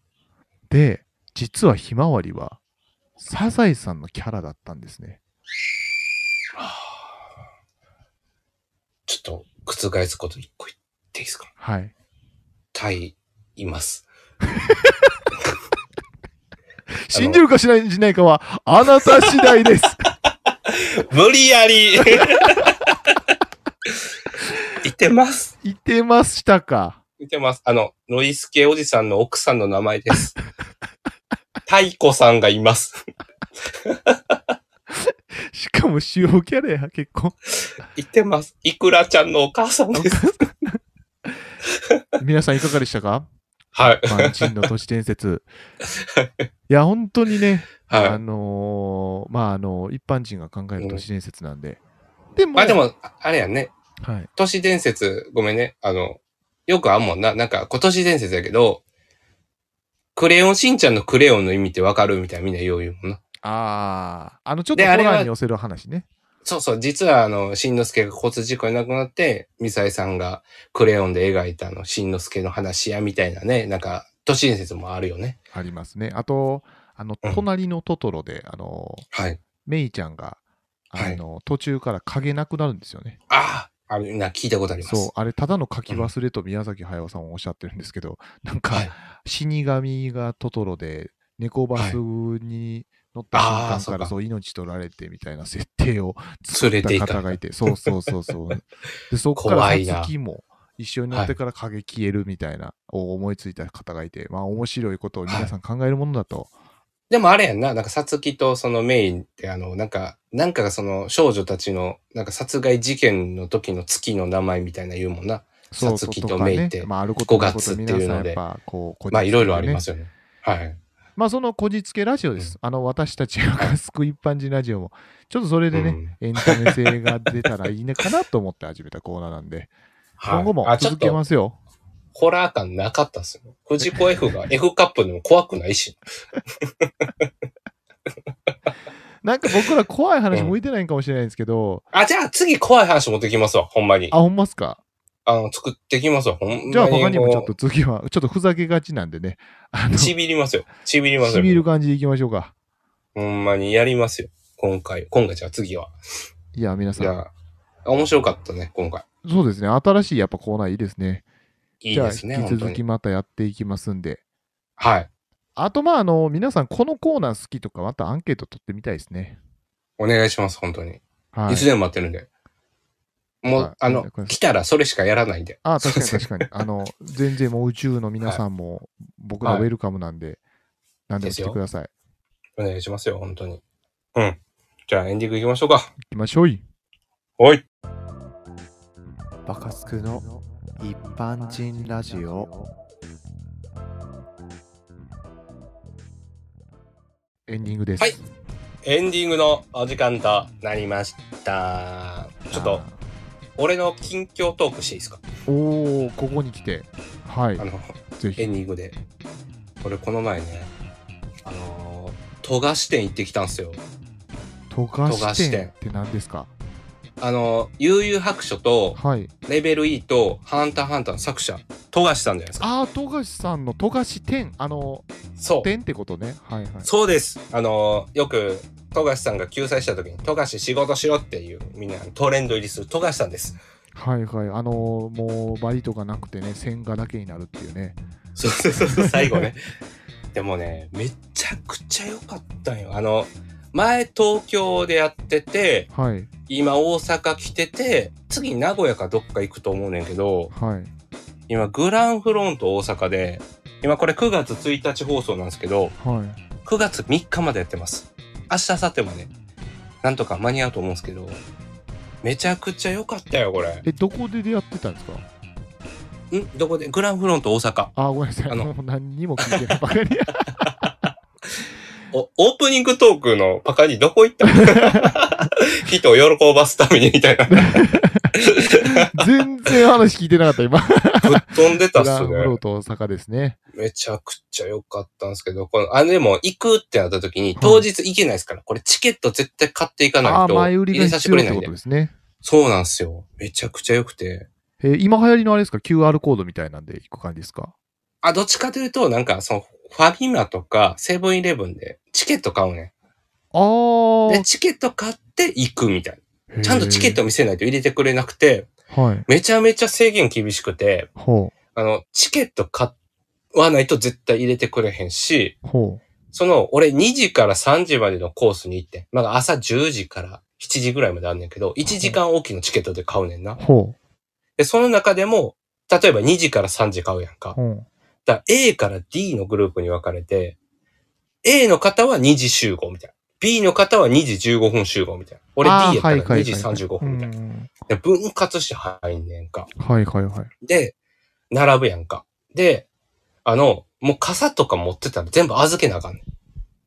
Speaker 1: で、実はひまわりは、サザエさんのキャラだったんですね。
Speaker 2: ちょっと、覆すこと一個言っていいですか
Speaker 1: はい。
Speaker 2: タイ、います。
Speaker 1: 信じるかしないないかは、あなた次第です。
Speaker 2: 無理やりいてます。
Speaker 1: いてましたか。
Speaker 2: いてます。あの、ノイスケおじさんの奥さんの名前です。タイコさんがいます。
Speaker 1: しかも、主要キャラや、結構。
Speaker 2: いてます。イクラちゃんのお母さんです。
Speaker 1: 皆さんいかがでしたか
Speaker 2: はい。
Speaker 1: マンチンの都市伝説。いや、本当にね、あ
Speaker 2: はい。
Speaker 1: のーまあ、あの一般人が考える都市伝説なんで。でも、
Speaker 2: まあでも、ああれやね。
Speaker 1: はい、
Speaker 2: 都市伝説、ごめんね。あの、よくあんもんな。なんか、今年伝説やけど、クレヨンしんちゃんのクレヨンの意味ってわかるみたいなみんなよう言うもんな。
Speaker 1: ああ、あの、ちょっと
Speaker 2: で
Speaker 1: コ
Speaker 2: あれは
Speaker 1: ランに寄せる話ね。
Speaker 2: そうそう、実はあの、しんのすけが交通事故で亡くなって、ミサイさんがクレヨンで描いたあの、しんのすけの話やみたいなね、なんか、都市伝説もあるよね。
Speaker 1: ありますね。あと、あの、
Speaker 2: うん
Speaker 1: 隣のトトロで、あの、
Speaker 2: はい。
Speaker 1: メイちゃんが、あ
Speaker 2: はい
Speaker 1: の、途中から影なくなるんですよね。
Speaker 2: ああ、あれ、な、聞いたことあります。
Speaker 1: そう、あれ、ただの書き忘れと宮崎駿さんはおっしゃってるんですけど、なんか、
Speaker 2: はい
Speaker 1: 死神がトトロで、猫バスに乗った瞬
Speaker 2: あー
Speaker 1: 間
Speaker 2: そ
Speaker 1: か
Speaker 2: う
Speaker 1: ら
Speaker 2: か
Speaker 1: そう命取られてみたいな設定を
Speaker 2: 連れていかれた
Speaker 1: 方がいて、そうそうそう そう。で、そこか
Speaker 2: 怖
Speaker 1: ら
Speaker 2: いな
Speaker 1: 月も一緒に乗ってから影消えるみたいな、を思いついた方がいて、まあ面白いことを皆さん考えるものだと。
Speaker 2: でもあれやんな、なんか、さつきとそのメインって、あの、なんか、なんかがその少女たちの、なんか殺害事件の時の月の名前みたいな言うもんな。
Speaker 1: そう
Speaker 2: さ
Speaker 1: そう
Speaker 2: つき
Speaker 1: と
Speaker 2: と
Speaker 1: か
Speaker 2: メイ
Speaker 1: ね
Speaker 2: って、
Speaker 1: まああること
Speaker 2: 5
Speaker 1: ないこと
Speaker 2: 月っていう
Speaker 1: 皆
Speaker 2: ので
Speaker 1: さんやっぱこう、
Speaker 2: まあ、いろいろあり
Speaker 1: す
Speaker 2: ますよね。はい。
Speaker 1: まあそのこじつけラジオです。あの私たちが救う一般人ラジオも、ちょっとそれで
Speaker 2: う
Speaker 1: ね、
Speaker 2: ん
Speaker 1: エンタメ性が出たらいいのかなと思って始めたコーナーなんで、
Speaker 2: はい
Speaker 1: 今後も
Speaker 2: あ、ちょ
Speaker 1: 続
Speaker 2: っ
Speaker 1: け
Speaker 2: と、
Speaker 1: ますよ。
Speaker 2: ホラー感なかったっすよ。藤子 F が F カップでも怖くないし。
Speaker 1: なんか僕ら怖い話向いてないんかもしれないんですけど、
Speaker 2: あ、じゃあ次怖い話持ってきますわ、ほんまに。
Speaker 1: あ、ほんまっすか
Speaker 2: あの、作ってきますわ、ほんまに。
Speaker 1: じゃあ他にもちょっ
Speaker 2: う
Speaker 1: と次は、ちょっとふざけがちなんでね、あ の、
Speaker 2: ち
Speaker 1: し
Speaker 2: びりますよ。ちびりますよ。
Speaker 1: びる感じでいきましょうか。
Speaker 2: ほんまにやりますよ。今回。今回じゃあ次は。
Speaker 1: いや、皆さ
Speaker 2: じ
Speaker 1: ん、
Speaker 2: ゃあ、面白かったね、今回。
Speaker 1: そうですね、新しいやっぱコーナーいいですね。
Speaker 2: いいですね、
Speaker 1: じゃあ
Speaker 2: 本
Speaker 1: 引き
Speaker 2: 当
Speaker 1: 続き
Speaker 2: に。
Speaker 1: またやっていきますんで。
Speaker 2: はい。
Speaker 1: あと、まあ、あの、皆さん、このコーナー好きとか、またアンケート取ってみたいですね。
Speaker 2: お願いします、本当に。
Speaker 1: はい
Speaker 2: いつ。でも待ってるんで。も
Speaker 1: は
Speaker 2: う
Speaker 1: い、ご
Speaker 2: あ
Speaker 1: め
Speaker 2: の
Speaker 1: んなさ、い
Speaker 2: 来たらそれしかやらないんで。
Speaker 1: ああ、確かに確かに。あの、全然もう宇宙の皆さんも、僕らウェルカムなんで、何でも来てください。
Speaker 2: お願いしますよ、本当に。うん。じゃあエンディング行きましょうか。
Speaker 1: 行きましょうい。
Speaker 2: はい。
Speaker 3: バカスクの一般人ラジオ
Speaker 1: エンディングです。
Speaker 2: はいエンディングのお時間となりました。ちょっと、俺の近況トークしていいですか
Speaker 1: おー、ここに来て。はい
Speaker 2: あ。の、
Speaker 1: ぜ
Speaker 2: エ
Speaker 1: ひ。
Speaker 2: ンディングで。俺この前ね、あのー、富樫店行ってきたんですよ。
Speaker 1: とか
Speaker 2: 富
Speaker 1: し
Speaker 2: 樫
Speaker 1: 店
Speaker 2: 店
Speaker 1: って何ですか
Speaker 2: あのー、悠々白書と、
Speaker 1: はい。
Speaker 2: レベル E と、ハンターハンターの作者、富樫さんじゃないですか。
Speaker 1: あー、とかしさんのとかし店。あの、
Speaker 2: そう。
Speaker 1: 店ってことね。はいはい。
Speaker 2: そうです。あのー、よく、富樫さんが救済した時に、富樫仕事しろっていう、みんなトレンド入りする富樫さんです。
Speaker 1: はいはい。あのもう、バリとかなくてね、線画だけになるっていうね。
Speaker 2: そうそうそうそう、最後ね。でもね、めちゃくちゃ良かったんよ。あの、前東京でやってて、
Speaker 1: はい。
Speaker 2: 今大阪来てて、次名古屋かどっか行くと思うねんけど、
Speaker 1: はい。
Speaker 2: 今グランフロント大阪で、今これ9月1日放送なんですけど、
Speaker 1: はい。
Speaker 2: 9月3日までやってます。明日、明後日まで。なんとか間に合うと思うんですけど、めちゃくちゃ良かったよ、これ。
Speaker 1: え、どこで出会ってたんですか
Speaker 2: んどこでグランフロント大阪。
Speaker 1: あー、ごめんなさい。
Speaker 2: あの
Speaker 1: もう何にも聞いてないばかり。
Speaker 2: お、オープニングトークのパカにどこ行った 人を喜ばすためにみたいな。ぶ
Speaker 1: 全然話聞いてなかった、今。
Speaker 2: っ飛んでたっ
Speaker 1: グラ
Speaker 2: す
Speaker 1: ンフロ
Speaker 2: ね
Speaker 1: ー。ト大阪ですね。
Speaker 2: めちゃくちゃ良かったんですけど、この、あ、でも行くってなった時に当日行けないですから、これチケット絶対買っていかな
Speaker 1: あ
Speaker 2: い
Speaker 1: ー、
Speaker 2: と
Speaker 1: 前売り
Speaker 2: 入
Speaker 1: が
Speaker 2: れさ
Speaker 1: 必
Speaker 2: せて
Speaker 1: 要
Speaker 2: くれ
Speaker 1: っ
Speaker 2: な
Speaker 1: て
Speaker 2: い
Speaker 1: こ
Speaker 2: んで
Speaker 1: と。ですね。
Speaker 2: そうなんですよ。めちゃくちゃ良くて。
Speaker 1: えー今流行りのあれですか ?QR コードみたいなんで行く感じですか
Speaker 2: あ、どっちかというと、なんか、その、ファミマとかセブンイレブンでチケット買うね。
Speaker 1: あー
Speaker 2: で、。チケット買って行くみたい
Speaker 1: へー
Speaker 2: な。ちゃんとチケッ。ト見せないと入れてくれなくて、
Speaker 1: はい。
Speaker 2: めちゃめちゃ制限厳しくて、
Speaker 1: ほ
Speaker 2: あの、チケット買わないと絶対入れてくれへんし、
Speaker 1: う。ほ
Speaker 2: その、俺2時から3時までのコースに行ってん、まだ朝10時から7時ぐらいまであんねんけど、1時間おきのチケットで買うねんな
Speaker 1: う。。ほ
Speaker 2: で、その中でも、例えば2時から3時買うやんか
Speaker 1: う。。ほ
Speaker 2: だから A から D のグループに分かれて、A の方は2時集合みたいな。B の方は2時15分集合みたいな。
Speaker 1: う
Speaker 2: 俺 D
Speaker 1: あー
Speaker 2: やった
Speaker 1: は
Speaker 2: ら
Speaker 1: いはいはい
Speaker 2: 2時35分みたいな。
Speaker 1: うん
Speaker 2: で分割して入んねんか。
Speaker 1: はいはいはい。
Speaker 2: で、並ぶやんか。で、あの、もう傘とか持ってたら全部預けなあかんねん。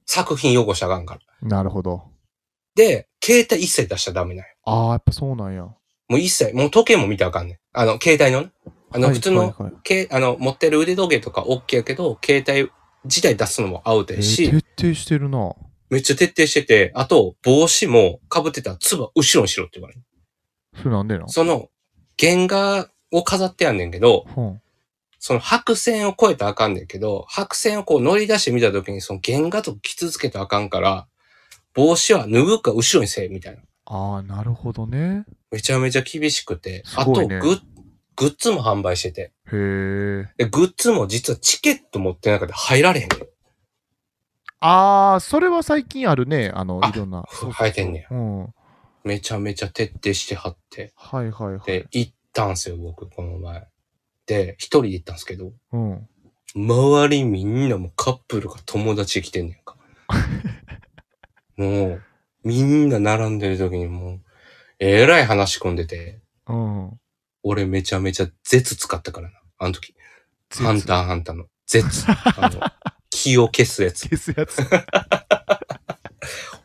Speaker 2: 作品汚したらあかんから。
Speaker 1: なるほど。
Speaker 2: で、携帯一切出しちゃダメなんよ。
Speaker 1: ああ、やっぱそうなんや。
Speaker 2: もう一切、もう時計も見てあかんねん。あの、携帯のね。あの、
Speaker 1: はい
Speaker 2: 普通の、
Speaker 1: はいはい
Speaker 2: けあの、持ってる腕時計とか OK やけど、携帯自体出すのもアウト
Speaker 1: え
Speaker 2: やし、
Speaker 1: ー徹底してるな。
Speaker 2: めっちゃ徹底してて、あと、帽子も被ってたら、つば後ろにしろって言われる。
Speaker 1: それなんでな
Speaker 2: その、原画を飾ってやんねんけど、
Speaker 1: ほう
Speaker 2: その白線を越えたらあかんねんけど、白線をこう乗り出してみたときに、その原画とき続けたらあかんから、帽子は脱ぐか後ろにせえ、みたいな。
Speaker 1: ああ、なるほどね。
Speaker 2: めちゃめちゃ厳しくて。
Speaker 1: す
Speaker 2: あ
Speaker 1: ご
Speaker 2: と
Speaker 1: いね
Speaker 2: グッ、グッズも販売してて。
Speaker 1: へえ。
Speaker 2: で、グッズも実はチケット持ってなくて入られへんねん。
Speaker 1: ああ、それは最近あるね。あの、
Speaker 2: あ
Speaker 1: いろんな。そう
Speaker 2: 入ってんね
Speaker 1: うん。は
Speaker 2: ん。めちゃめちゃ徹底してはって。
Speaker 1: いはいはい。
Speaker 2: で、行ったんすよ、僕、この前。で、一人で行ったんすけど、
Speaker 1: うん。
Speaker 2: 周りみんなもうカップルが友達来てんねんか。もう、みんな並んでる時にもう、えらい話し込んでて、
Speaker 1: うん。
Speaker 2: 俺めちゃめちゃ絶使ったからな、あの時。ハンターハンターの絶。あの、気を消すやつ。
Speaker 1: 消すやつ。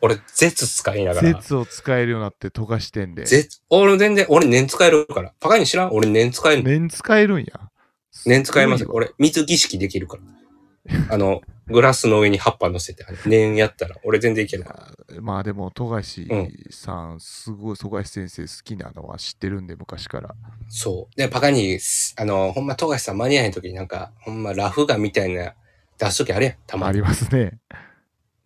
Speaker 2: 俺絶使いながら。
Speaker 1: 説を使えるようになって、溶かしてんで。
Speaker 2: 絶、俺全然、俺年使えるから。パカに知らん俺年使えるの。
Speaker 1: 年使えるんや。
Speaker 2: 年使えます。
Speaker 1: ごわ。
Speaker 2: 俺、水儀式できるから。あの、グラスの上に葉っぱ乗せて、あの年やったら、俺全然いけるから。
Speaker 1: まあでも、富樫
Speaker 2: う
Speaker 1: さん、すごい、富樫先生好きなのは知ってるんで、昔から。
Speaker 2: そう。で、パカに、すあの、ほんま、富樫さん間に合えん時になんか、ほんま、ラフ画みたいな出す時あるやん、たま
Speaker 1: あ
Speaker 2: に。
Speaker 1: りますね。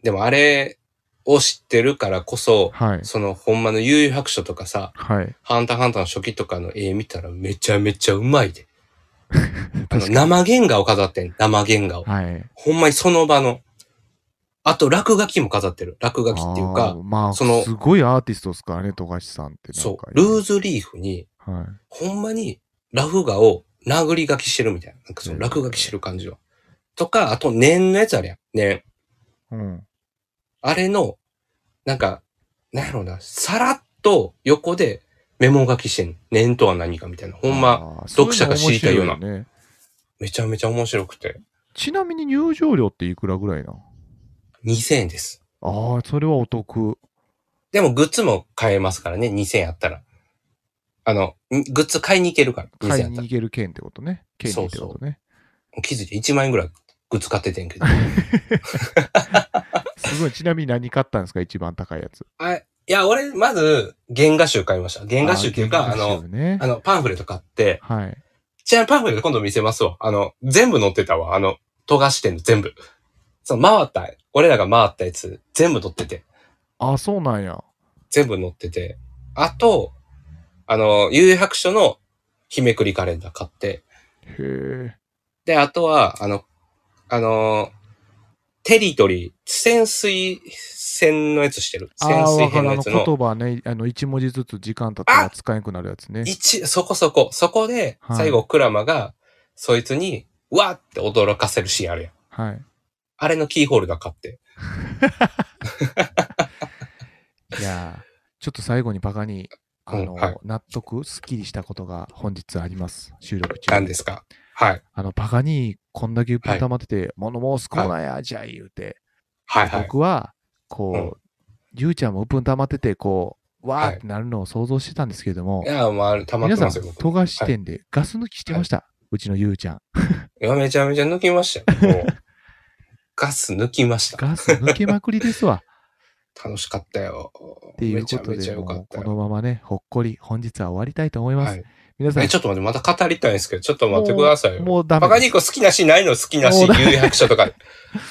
Speaker 2: でも、あれを知ってるからこそ、
Speaker 1: はい。
Speaker 2: その、ほんまの悠々白書とかさ、
Speaker 1: はい。
Speaker 2: ハンターハンターの初期とかの絵見たらめちゃめちゃうまいで。あの、
Speaker 1: 確かに。
Speaker 2: 生原画を飾ってん、生原画を。
Speaker 1: はい。
Speaker 2: ほんまにその場の。あと、落書きも飾ってる。落書きっていう
Speaker 1: あ
Speaker 2: か
Speaker 1: ー、まあ、
Speaker 2: その
Speaker 1: すごいアーティストですからね、富樫さんって。なん
Speaker 2: そ
Speaker 1: か
Speaker 2: う、ルーズリーフに、
Speaker 1: はい。
Speaker 2: ほんまにラフ画を殴り書きしてるみたいな。なんかそ
Speaker 1: へ
Speaker 2: の
Speaker 1: ー
Speaker 2: 落書きしてる感じは。とか、あと念のやつあるやん。念。
Speaker 1: うん。
Speaker 2: あれの、なんか、なんやろうな、さらっと横でメモ書きしてん。念とは何かみたいな。ほんま、
Speaker 1: あー
Speaker 2: 読者が知りたいような
Speaker 1: そうの面白いね
Speaker 2: めちゃめちゃ面白くて。
Speaker 1: ちなみに入場料っていくらぐらいな
Speaker 2: 2000円です。
Speaker 1: ああ、それはお得。
Speaker 2: でもグッズも買えますからね、2000円あったら。あの、んグッズ買いに行けるから、2000
Speaker 1: 買
Speaker 2: 円
Speaker 1: い
Speaker 2: あった
Speaker 1: に
Speaker 2: ら
Speaker 1: 行。ける券ってことね。券にってことね。
Speaker 2: 気づいて1万円ぐらいグッズ買っててんけど。
Speaker 1: すごい。ちなみに何買ったんですか一番高いやつ。
Speaker 2: あいや、俺、まず、原画集買いました。原画集っていうか、あ
Speaker 1: ー原画
Speaker 2: の
Speaker 1: 集、ね
Speaker 2: あの、パンフレット買って、
Speaker 1: はい。
Speaker 2: ちなみにパンフレット今度見せますわ。あの、全部載ってたわ。あの、富樫店の全部。その回った、俺らが回ったやつ、全部載ってて。
Speaker 1: あ、そうなんや。
Speaker 2: 全部載ってて。あと、あの、有白書の日めくりカレンダー買って。
Speaker 1: へえ。
Speaker 2: で、あとは、あの、あの、テリトリー、潜水船のやつしてる。
Speaker 1: あ
Speaker 2: 潜
Speaker 1: あー、
Speaker 2: 水
Speaker 1: わか
Speaker 2: 編
Speaker 1: る。
Speaker 2: の
Speaker 1: あ
Speaker 2: や
Speaker 1: の、
Speaker 2: つの。
Speaker 1: 言葉ね、あの、一文字ずつ時間経ったら使えなくなるやつね。
Speaker 2: 一、そこそこ、そこで、
Speaker 1: はい
Speaker 2: 最後、クラマが、そいつに、うわって驚かせるシーンあるやん。
Speaker 1: はい。
Speaker 2: あれのキーホルダー買って。
Speaker 1: いやーちょっと最後にバカに、あの、
Speaker 2: うんはい
Speaker 1: 納得、すっきりしたことが本日あります。収録中。
Speaker 2: なんですかはい。
Speaker 1: あの、バカに、こんだけうっぷん溜まってて、物申すコーナーや、じゃあ言うて、
Speaker 2: はいはい。
Speaker 1: 僕は、こう、
Speaker 2: うん
Speaker 1: ゆうちゃんもうっぷん溜まってて、こう、わ
Speaker 2: は
Speaker 1: ー
Speaker 2: い
Speaker 1: ってなるのを想像してたんですけれども、
Speaker 2: いや、まあ、溜まっ
Speaker 1: 皆
Speaker 2: て
Speaker 1: さん、
Speaker 2: ますよ、僕。
Speaker 1: 富樫店でガス抜きしてました。うちのゆうちゃん。
Speaker 2: いや、めちゃめちゃ抜きましたよ。もうガス抜きました。
Speaker 1: ガス抜けまくりです わ。
Speaker 2: 楽しかったよ。
Speaker 1: っていう
Speaker 2: め
Speaker 1: こ
Speaker 2: ちゃ
Speaker 1: と
Speaker 2: めちゃ
Speaker 1: で、
Speaker 2: 良かっ
Speaker 1: もう
Speaker 2: た
Speaker 1: こ
Speaker 2: よ。
Speaker 1: のままね、ほっこり、本日は終わりたいと思います。
Speaker 2: はい。
Speaker 1: 皆さん
Speaker 2: え、、ちょっと待って、また語りたいんですけど、ちょっと待ってくださいよ。
Speaker 1: もうダメ
Speaker 2: バカニーコ好きなシーンないの好きなシー
Speaker 1: もう
Speaker 2: ン、有白書とか。ちょっ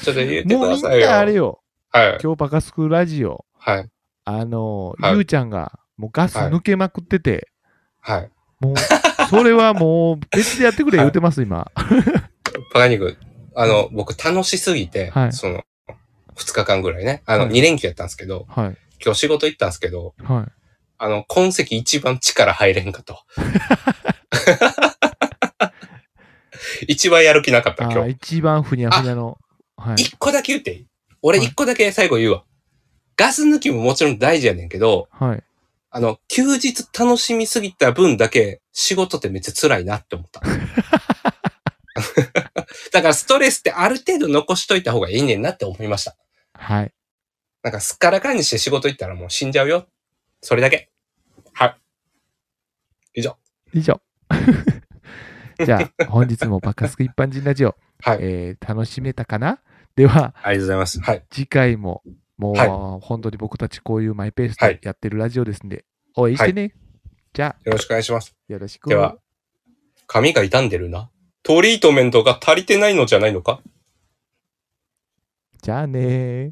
Speaker 2: と言って
Speaker 1: も
Speaker 2: く
Speaker 1: うみん
Speaker 2: ださいよ。
Speaker 1: なあれよ、
Speaker 2: はい。
Speaker 1: 今日バカスクラジオ、
Speaker 2: はい。
Speaker 1: あの、
Speaker 2: はい
Speaker 1: ゆうちゃんがもうガス抜けまくってて、
Speaker 2: はい。
Speaker 1: もう、それはもう別でやってくれ
Speaker 2: はい
Speaker 1: 言うてます、今。
Speaker 2: バカニーコ、あの、僕楽しすぎて、
Speaker 1: はい
Speaker 2: その、2日間ぐらいね。あの、
Speaker 1: はい
Speaker 2: 2連休やったんですけど、
Speaker 1: はい。
Speaker 2: 今日仕事行ったんですけど、
Speaker 1: はい。
Speaker 2: あの、今席一番力入れ んかと。一番やる気なかった、
Speaker 1: あ
Speaker 2: 今
Speaker 1: ー
Speaker 2: 日。
Speaker 1: 一番ふにゃふにゃの。はい。
Speaker 2: 一個だけ言っていい俺
Speaker 1: はい
Speaker 2: 一個だけ最後言うわ。ガス抜きももちろん大事やねんけど、
Speaker 1: はい。
Speaker 2: あの、休日楽しみすぎた分だけ仕事ってめっちゃ辛いなって思った。 だからストレスってある程度残しといた方がいいねんなって思いました。
Speaker 1: はい。
Speaker 2: なんかすっからかんにして仕事行ったらもう死んじゃうよ。それだけ。はい。
Speaker 1: 以上。 じゃあ、本日もバカスク一般人ラジオ、
Speaker 2: はい。
Speaker 1: えー楽しめたかなでは、
Speaker 2: ありがとうございます。はい。
Speaker 1: 次回も、もう、
Speaker 2: はい
Speaker 1: 本当に僕たちこういうマイペース
Speaker 2: はい
Speaker 1: でやってるラジオですんで、応援してね。じゃあ、
Speaker 2: よろしくお願いします。
Speaker 1: よろしく。
Speaker 2: では、髪が傷んでるな。トリートメントが足りてないのじゃないのか
Speaker 1: じゃあねー。